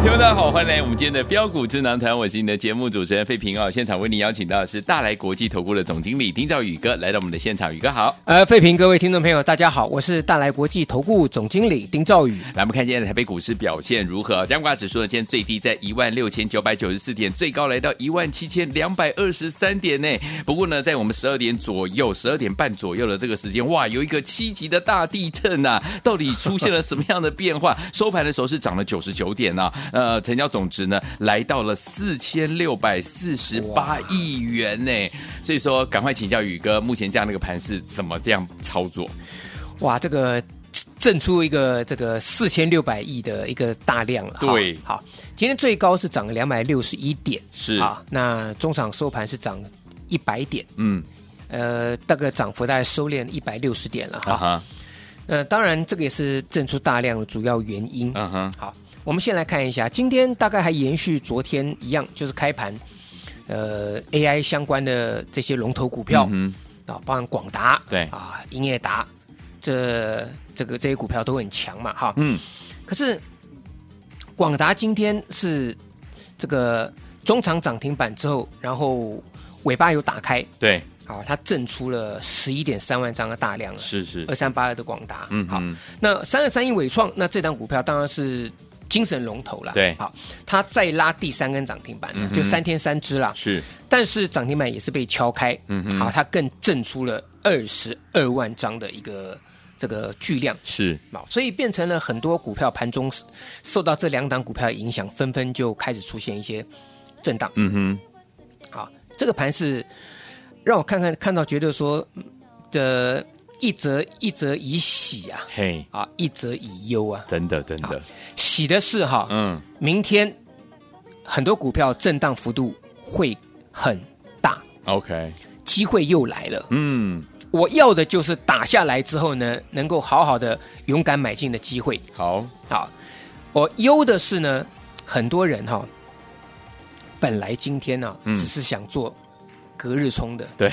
听众大家好，欢迎来我们今天的标股智囊团，我是你的节目主持人费平哦。现场为您邀请到的是大来国际投顾的总经理丁兆宇哥来到我们的现场，宇哥好。呃，费评各位听众朋友，大家好，我是大来国际投顾总经理丁兆宇。来，我们看今天的台北股市表现如何？加挂指数呢，今天最低在一万六千九百九十四点，最高来到一万七千两百二十三点呢。不过呢，在我们十二点左右、十二点半左右的这个时间，哇，有一个七级的大地震呐、到底出现了什么样的变化？ 收盘的时候是涨了九十九点呐、呃，成交总值呢来到了四千六百四十八亿元呢。所以说，赶快请教宇哥，目前这样的一个盘是怎么这样操作？哇，这个震出一个这个四千六百亿的一个大量了。哈对好，今天最高是涨了两百六十一点，是啊，那中场收盘是涨一百点，嗯，呃，大概涨幅大概收敛一百六十点了啊哈。哈，呃，当然这个也是震出大量的主要原因。嗯哼，好，我们先来看一下，今天大概还延续昨天一样，就是开盘，呃，AI 相关的这些龙头股票，嗯啊，包含广达，对啊，英业达，这这个这些股票都很强嘛，哈。嗯，可是广达今天是这个中场涨停板之后，然后尾巴有打开，对，啊，它震出了十一点三万张的大量了，是是二，三八二的广达，嗯好哼。那三二三一伟创，那这档股票当然是精神龙头啦。对好，它再拉第三根涨停板了，嗯哼就三天三只啦。是，但是涨停板也是被敲开，嗯哼好，它更震出了二十二万张的一个这个巨量。是，好，所以变成了很多股票盘中受到这两档股票的影响，纷纷就开始出现一些震荡。嗯好，这个盘是让我看看看到觉得说嗯的一则一则以喜啊哼，，嘿，啊一则以忧啊。真的真的，喜的是哈，嗯，明天很多股票震荡幅度会很大， OK，机会又来了。嗯，我要的就是打下来之后呢，能够好好的勇敢买进的机会。好，好，我忧的是呢，很多人哈、本来今天呢、嗯只是想做隔日冲的，对，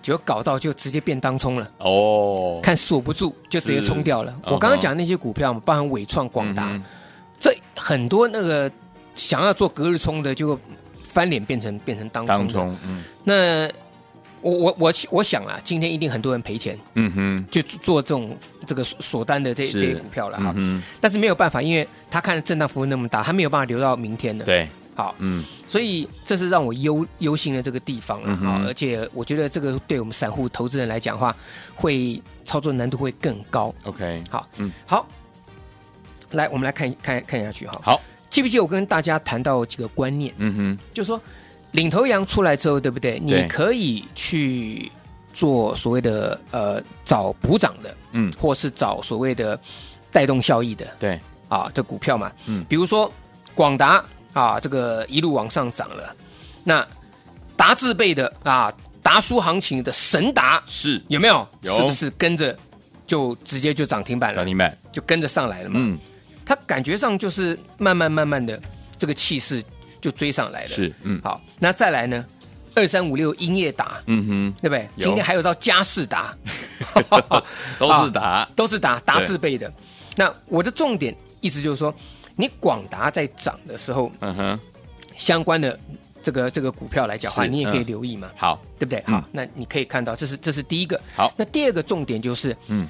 结果搞到就直接变当冲了。哦，看锁不住就直接是冲掉了。嗯哼我刚刚讲那些股票，包含伟创、广达，嗯哼这很多那个想要做隔日冲的，就翻脸变成变成当冲。当中，嗯那我我我我想啊，今天一定很多人赔钱，嗯哼，就做这种这个锁锁单的这是这些股票了哈嗯。哼，但是没有办法，因为他看的震荡幅度那么大，他没有办法留到明天的。，对，好，嗯所以这是让我忧忧心的这个地方了嗯哈、哼而且我觉得这个对我们散户投资人来讲的话，会操作难度会更高。 ，OK，好，嗯嗯，好，来，我们来看看看下去哈。好，记不记得我跟大家谈到几个观念，嗯哼，就是说领头羊出来之后，对不对？对你可以去做所谓的呃找补涨的，嗯，或是找所谓的带动效益的对，啊，这股票嘛，嗯比如说广达啊，这个一路往上涨了，那达字辈的啊，达叔行情的神达是有没有？有是不是跟着就直接就涨停板了涨？停板，就跟着上来了嘛。嗯，它感觉上就是慢慢慢慢的这个气势就追上来了。是，嗯好，那再来呢？二三五六英业达，嗯对不对？有今天还有到佳 士达，哼， 都是打，都是达达对字辈的。那我的重点意思就是说，你广达在涨的时候，嗯哼，相关的这个这个股票来讲的话，是你也可以嗯留意嘛，好，对不对？嗯好，那你可以看到，这是这是第一个。好那第二个重点就是嗯，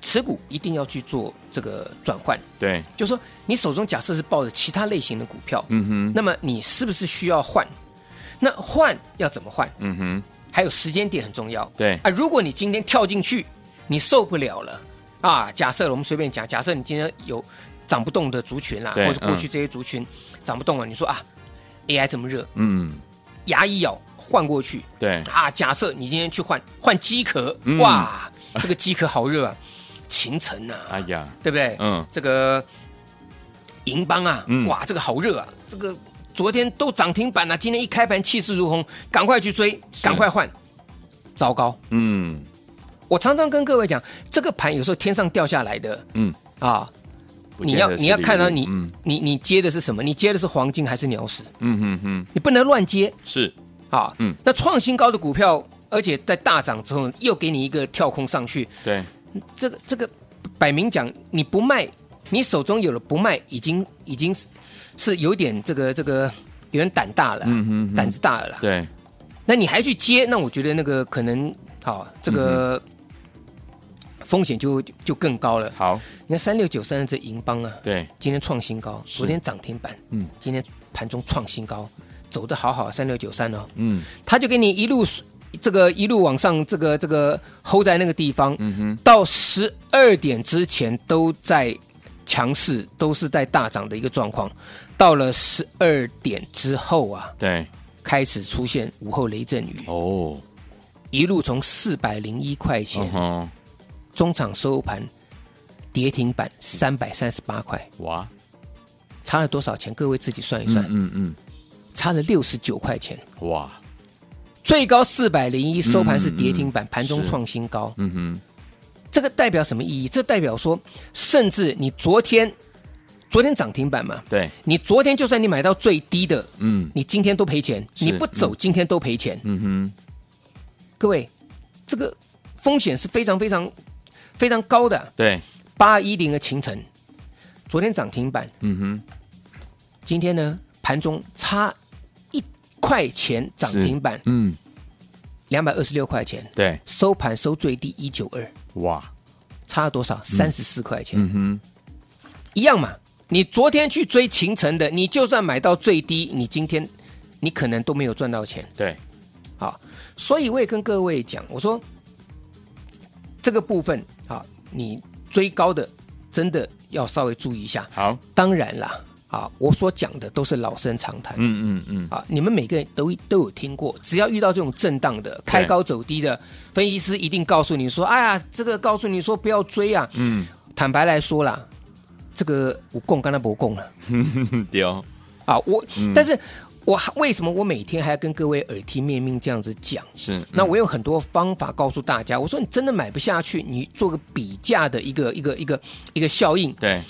持股一定要去做这个转换。对，就说你手中假设是抱着其他类型的股票，嗯哼，那么你是不是需要换？那换要怎么换？嗯哼，还有时间点很重要。对啊，如果你今天跳进去，你受不了了啊！假设我们随便讲，假设你今天有涨不动的族群啦、对或者过去这些族群涨不动了，你说啊， AI 这么热，嗯，牙一咬换过去对，啊，假设你今天去换换机壳嗯，哇，这个机壳好热啊，秦城啊，哎呀，对不对？嗯这个银邦啊，嗯哇，这个好热啊！这个昨天都涨停板了、今天一开盘气势如虹，赶快去追，赶快换。糟糕！嗯我常常跟各位讲，这个盘有时候天上掉下来的嗯，啊，不你见要得是你要看到礼物你、嗯你你接的是什么？你接的是黄金还是鸟屎？嗯嗯嗯，你不能乱接是，啊！嗯那创新高的股票，而且在大涨之后又给你一个跳空上去，对，这个这个摆明讲，你不卖，你手中有了不卖，已经已经是是有点这个这个有点胆大了，嗯哼嗯哼胆子大了啦。对，那你还去接，那我觉得那个可能好，嗯这个风险就就更高了。好，你看三六九三的这银邦啊，对，今天创新高，是昨天涨停板，嗯，今天盘中创新高，走的好好，三六九三哦，嗯他就给你一路这个一路往上，这个这个 hold 在那个地方，嗯哼，到十二点之前都在强势，都是在大涨的一个状况。到了十二点之后啊，对，开始出现午后雷阵雨，哦，一路从四百零一块嗯钱，哼，中场收盘跌停板三百三十八块，哇，差了多少钱？各位自己算一嗯算，嗯差了六十九块钱。嗯，哇，最高四百零一，收盘是跌停板，嗯盘中是创新高。嗯哼，这个代表什么意义？这代表说，甚至你昨天昨天涨停板嘛，对，你昨天就算你买到最低的，嗯你今天都赔钱，是你不走今天都赔钱。嗯哼，各位，这个风险是非常非常非常高的。对，八一零的秦城，昨天涨停板，嗯哼，今天呢盘中差一块钱涨停板是，嗯，两百二十六块钱，对，收盘收最低一九二，哇，差了多少？三十四块钱。嗯一样嘛。你昨天去追秦城的，你就算买到最低，你今天你可能都没有赚到钱哼，对，啊。所以我也跟各位讲，我说这个部分啊，你追高的真的要稍微注意一下。好，当然啦，啊，我所讲的都是老生常谈。嗯嗯嗯，啊，你们每个人都都有听过，只要遇到这种震荡的、开高走低的，分析师一定告诉你说：“哎呀，这个告诉你说不要追啊。”嗯，坦白来说啦，这个我供刚才不供了 嗯丢，啊，我、但是我还为什么我每天还要跟各位耳提面命这样子讲？是，嗯那我有很多方法告诉大家，我说你真的买不下去，你做个比价的一个一个一个一个效应对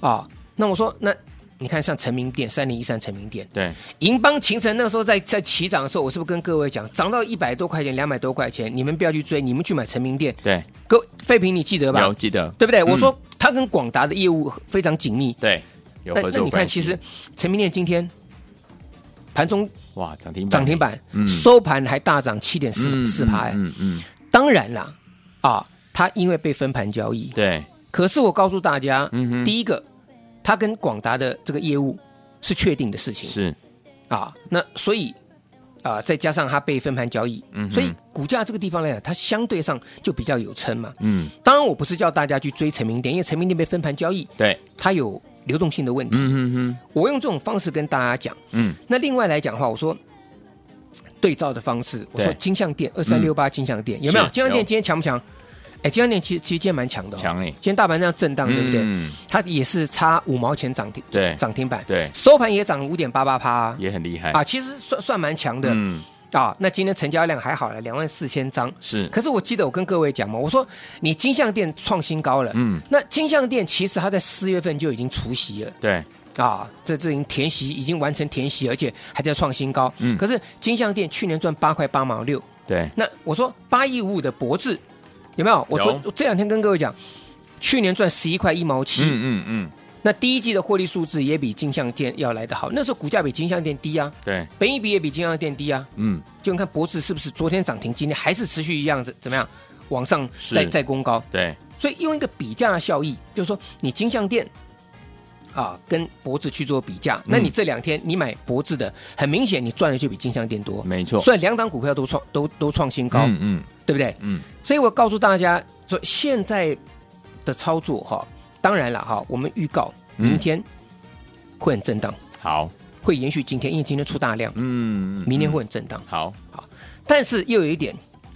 啊。那我说，那你看像成名店三零一三成名店，对，银邦秦城那时候在在起涨的时候，我是不是跟各位讲，涨到一百多块钱、两百多块钱，你们不要去追，你们去买成名店。对，各位废品你记得吧有？记得，对不对？嗯我说它跟广达的业务非常紧密。对，有嗯那合那作你看，关系其实成名店今天盘中哇，涨停板，涨停板，嗯收盘还大涨七点四嗯，四趴。哎嗯嗯，嗯当然啦，啊，它因为被分盘交易，对，可是我告诉大家，嗯哼第一个，它跟广达的这个业务是确定的事情。是，啊，那所以啊、再加上它被分盘交易，嗯哼所以股价这个地方来讲，它相对上就比较有撑嘛。嗯，当然，我不是叫大家去追成名店，因为成名店被分盘交易，对，它有流动性的问题。嗯哼哼，我用这种方式跟大家讲。嗯，那另外来讲的话，我说对照的方式，我说对嗯金像店二三六八金像店有没有？金像有店今天强不强？哎，金像店其实其实今天蛮强的、哦，强哎今天大盘这样震荡，对不对？嗯它也是差五毛钱涨停，对涨停板，对，收盘也涨五点八八趴啊。也很厉害啊，，其实算算蛮强的、哎嗯，啊。那今天成交量还好了，两万四千张。是，可是我记得我跟各位讲嘛，我说你金像店创新高了，嗯，那金像店其实它在四月份就已经除息了对，啊，这这已经填息，已经完成填息，而且还在创新高。嗯可是金像店去年赚八块八毛六，对，那我说八一五五的博智有没有？我昨有我这两天跟各位讲，去年赚十一块一毛七、嗯嗯嗯，那第一季的获利数字也比金像店要来得好，那时候股价比金像店低啊，对，本益比也比金像店低啊。嗯，就你看博士是不是昨天涨停，今天还是持续一样子怎么样往上是再再攻高？对，所以用一个比价的效益，就是说你金像店啊跟博智去做比价，那嗯你这两天你买博智的，很明显你赚的就比金像店多。没错，虽然两档股票都创都都创新高，嗯嗯对不对？嗯，所以我告诉大家说，现在的操作哈，当然了哈，我们预告嗯明天会很震荡，好，会延续今天，因为今天出大量，嗯，明天会嗯很震荡。好，但是又有一点，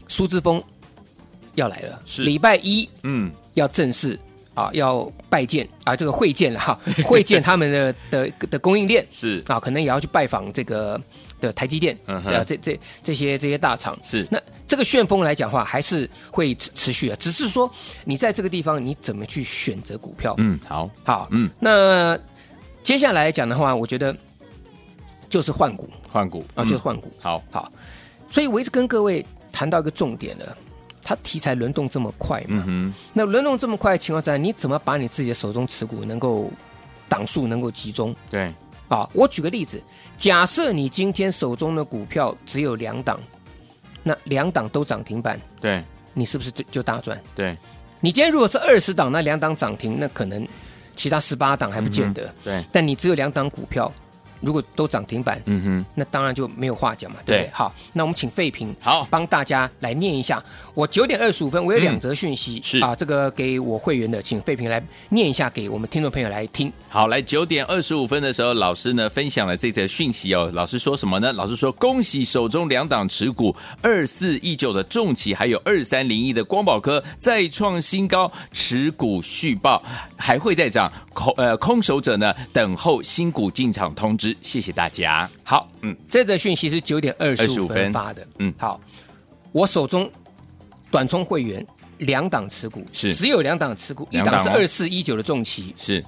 苏之峰要来了，是礼拜一嗯，要正式啊，要拜见啊，这个会见了哈， 会见他们的的的供应链是啊，可能也要去拜访这个的台积电、嗯哼啊，这这这些这些大厂。是，那这个旋风来讲话，还是会持持续啊的，只是说你在这个地方你怎么去选择股票？嗯，好，好，嗯，那接下来讲的话，我觉得就是换股换股啊，就是换股。嗯好，好，所以我一直跟各位谈到一个重点了，它题材轮动这么快嘛，嗯那轮动这么快的情况下，你怎么把你自己的手中持股能够档数能够集中哼，对，啊？我举个例子，假设你今天手中的股票只有两档，那两档都涨停板，对，你是不是就就大赚？对，你今天如果是二十档，那两档涨停，那可能其他十八档还不见得。嗯对，但你只有两档股票，如果都涨停板，嗯哼，那当然就没有话讲嘛，对不对？对好，那我们请费平好，帮大家来念一下。我九点二十五分，我有两则讯息、嗯是啊，这个给我会员的，请费平来念一下给我们听众朋友来听。好，来九点二十五分的时候，老师呢分享了这则讯息哦。老师说什么呢？老师说恭喜手中两档持股二四一九的重企，还有二三零一的光宝科再创新高，持股续报还会再涨。空呃空手者呢等候新股进场通知。谢谢大家。好，嗯，这则讯息是九点二十25五分分发的，嗯好，我手中短冲会员两档持股是只有两档持股，一两档哦档是二四一九的重旗是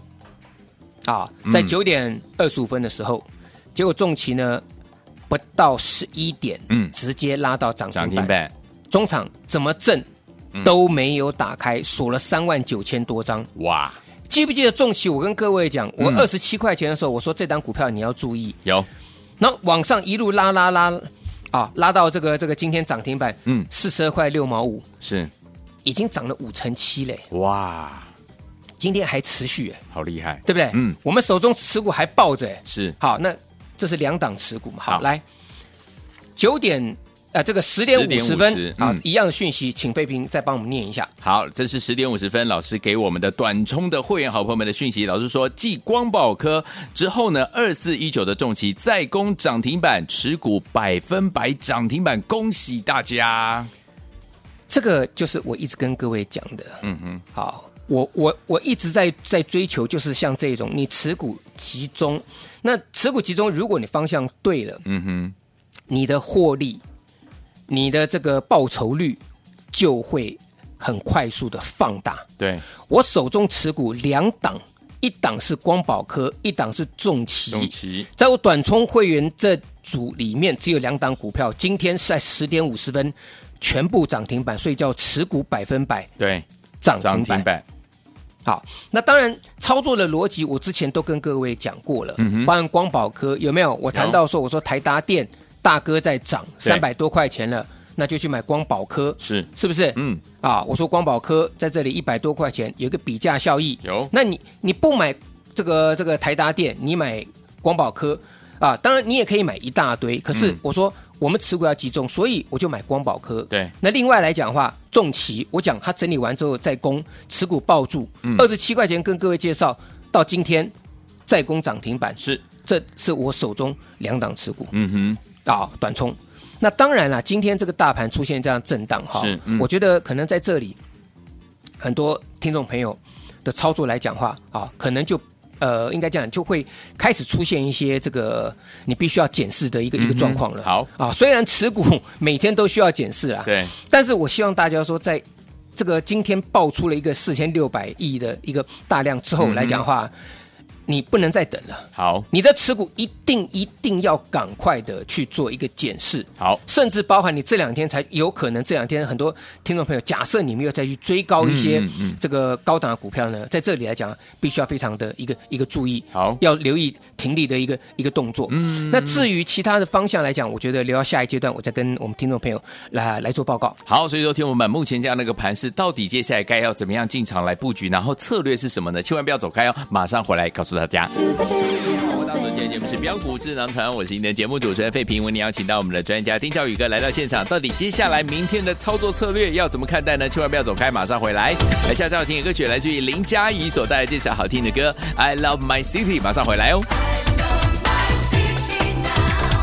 啊，在嗯九点二十五分的时候，结果重旗呢不到十一点，嗯直接拉到涨涨停停板，板，中场怎么震都没有打开，锁了三万九千多张。哇，记不记得重企？我跟各位讲，我嗯二十七块钱的时候，我说这档股票你要注意，有然后往上一路拉拉拉，啊，拉到这个这个今天涨停板，嗯嗯，四十二块六毛五，是已经涨了五成七嘞，哇，今天还持续耶，好厉害，对不对？嗯嗯，我们手中持股还抱着耶，是好，那这是两档持股嘛，好，好来九点。呃，这个十点五十分10:50啊嗯，一样的讯息，请费平再帮我们念一下。好，这是十点五十分，老师给我们的短冲的会员好朋友们的讯息。老师说，继光宝科之后呢，二四一九的重旗再攻涨停板，持股百分百涨停板，恭喜大家！这个就是我一直跟各位讲的。嗯哼，好，我我我一直在在追求，就是像这种你持股集中。那持股集中，如果你方向对了，嗯哼，你的获利，你的这个报酬率就会很快速的放大。对，我手中持股两档，一档是光宝科，一档是重旗。重旗在我短冲会员这组里面，只有两档股票，今天是在十点五十分全部涨停板，所以叫持股百分百对涨涨停停板。板，好，那当然操作的逻辑，我之前都跟各位讲过了，嗯哼包含光宝科有没有？我谈到说，我说台达电大哥在涨对三百多块钱了，那就去买光宝科，是，是不是？嗯，啊，我说光宝科在这里一百多块钱，有一个比价效益。有那你你不买这个这个台达电，你买光宝科啊，当然你也可以买一大堆，可是嗯我说我们持股要集中，所以我就买光宝科。对那另外来讲的话，重旗我讲它整理完之后再攻，持股抱住，嗯二十七块钱跟各位介绍到今天再攻涨停板，是，这是我手中两档持股。嗯啊、短冲。那当然啦，今天这个大盘出现这样震荡哈，是嗯我觉得可能在这里很多听众朋友的操作来讲话啊，可能就呃应该这样，就会开始出现一些这个你必须要检视的一个、一个状况了。嗯好啊，虽然持股每天都需要检视啦哼，，对，但是我希望大家说，在这个今天爆出了一个四千六百亿的一个大量之嗯后来讲话，你不能再等了。好，你的持股一定一定要赶快的去做一个检视，好，甚至包含你这两天才有可能，这两天很多听众朋友，假设你没有再去追高一些嗯嗯嗯这个高档的股票呢，在这里来讲，必须要非常的一个一个注意，好要留意停利的一个一个动作。嗯，那至于其他的方向来讲，我觉得留到下一阶段，我再跟我们听众朋友来来做报告。好，所以说，听我们，目前这样的一个盘势，到底接下来该要怎么样进场来布局，然后策略是什么呢？千万不要走开哦，马上回来告诉大家。我到时今天节目是标股智囊团，我是您的节目主持人费平，为您邀请到我们的专家丁兆宇哥来到现场，到底接下来明天的操作策略要怎么看待呢？千万不要走开，马上回来。来，下周要听的歌曲来自于林嘉怡所带来这首好听的歌《I Love My City》，马上回来哦。 I love my city.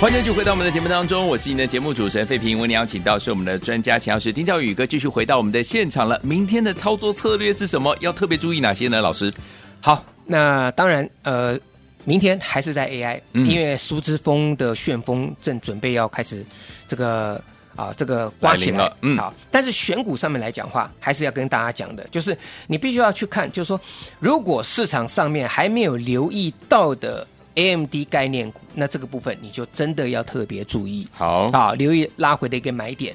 欢迎继续回到我们的节目当中，我是你的节目主持人费平。我们邀请到是我们的专家钱老师丁兆宇哥，继续回到我们的现场了。明天的操作策略是什么？要特别注意哪些呢？老师，好，那当然，呃，明天还是在 AI，、嗯因为苏之峰的旋风正准备要开始这个啊这个刮来起临来了，嗯好，但是选股上面来讲话，还是要跟大家讲的，就是你必须要去看，就是说，如果市场上面还没有留意到的 AMD 概念股，那这个部分你就真的要特别注意。好啊，留意拉回的一个买点。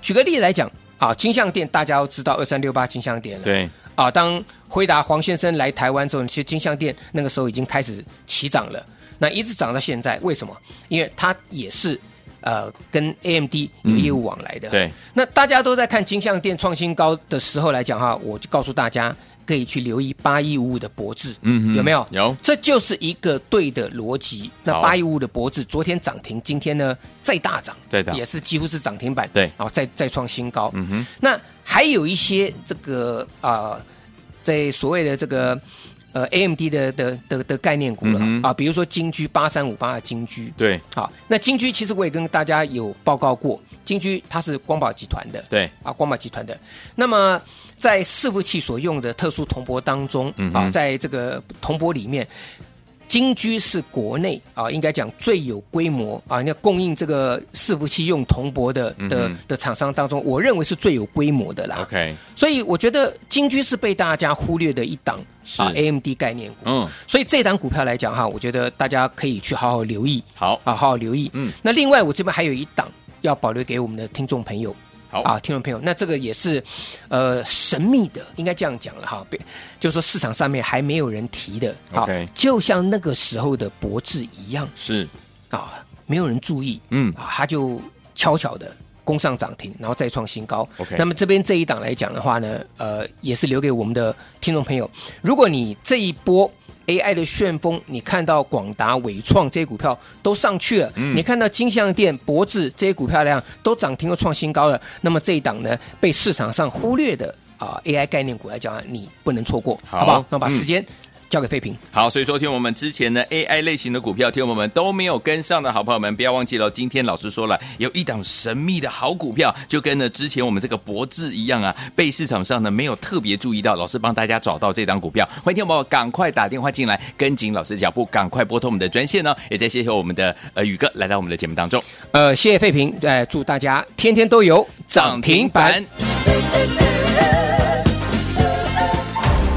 举个例子来讲，啊，金像店大家都知道二三六八金像店了，对，啊，当辉达黄先生来台湾之后，其实金像店那个时候已经开始起涨了，那一直涨到现在，为什么？因为它也是呃跟 AMD 有业务往来嗯的，对，那大家都在看金像店创新高的时候来讲哈，我就告诉大家可以去留意八一五五的博智，嗯哼有没有？有这就是一个对的逻辑。那好八一五五的博智昨天涨停，今天呢再大涨，再大也是几乎是涨停板，对然后再再创新高。嗯哼，那还有一些这个啊、呃在所谓的这个呃 AMD 的的的的概念股了、嗯哼啊，比如说金居八三五八的金居，对好，那金居其实我也跟大家有报告过，金居它是光宝集团的，对，啊，光宝集团的。那么在伺服器所用的特殊铜箔当中，嗯哼啊，在这个铜箔里面，金居是国内啊，应该讲最有规模啊，那供应这个伺服器用铜箔的的嗯哼的厂商当中，我认为是最有规模的啦。 ，OK，所以我觉得金居是被大家忽略的一档是啊 AMD 概念股。嗯，所以这档股票来讲哈，我觉得大家可以去好好留意。好，啊，好好留意。嗯嗯，那另外我这边还有一档要保留给我们的听众朋友。好啊，听众朋友，那这个也是，呃，神秘的，应该这样讲了哈，别就是说市场上面还没有人提的， OK 就像那个时候的博智一样是，啊，没有人注意，嗯啊，它就悄悄的攻上涨停，然后再创新高。 OK 那么这边这一档来讲的话呢，呃，也是留给我们的听众朋友，如果你这一波。AI 的旋风，你看到广达、伟创这些股票都上去了，嗯你看到金像店、博智这些股票量都涨停又创新高了。那么这一档呢，被市场上忽略的啊、AI 概念股来讲啊，你不能错过，好好不好？那我把嗯时间交给费平。好，所以说听我们之前呢 AI 类型的股票，听我们都没有跟上的好朋友们，不要忘记了，今天老师说了，有一档神秘的好股票，就跟呢之前我们这个博智一样啊，被市场上呢没有特别注意到，老师帮大家找到这档股票，欢迎听我们赶快打电话进来，跟紧老师脚步，赶快拨通我们的专线哦，也再谢谢我们的呃宇哥来到我们的节目当中，呃，谢谢费平，呃，祝大家天天都有涨停板。。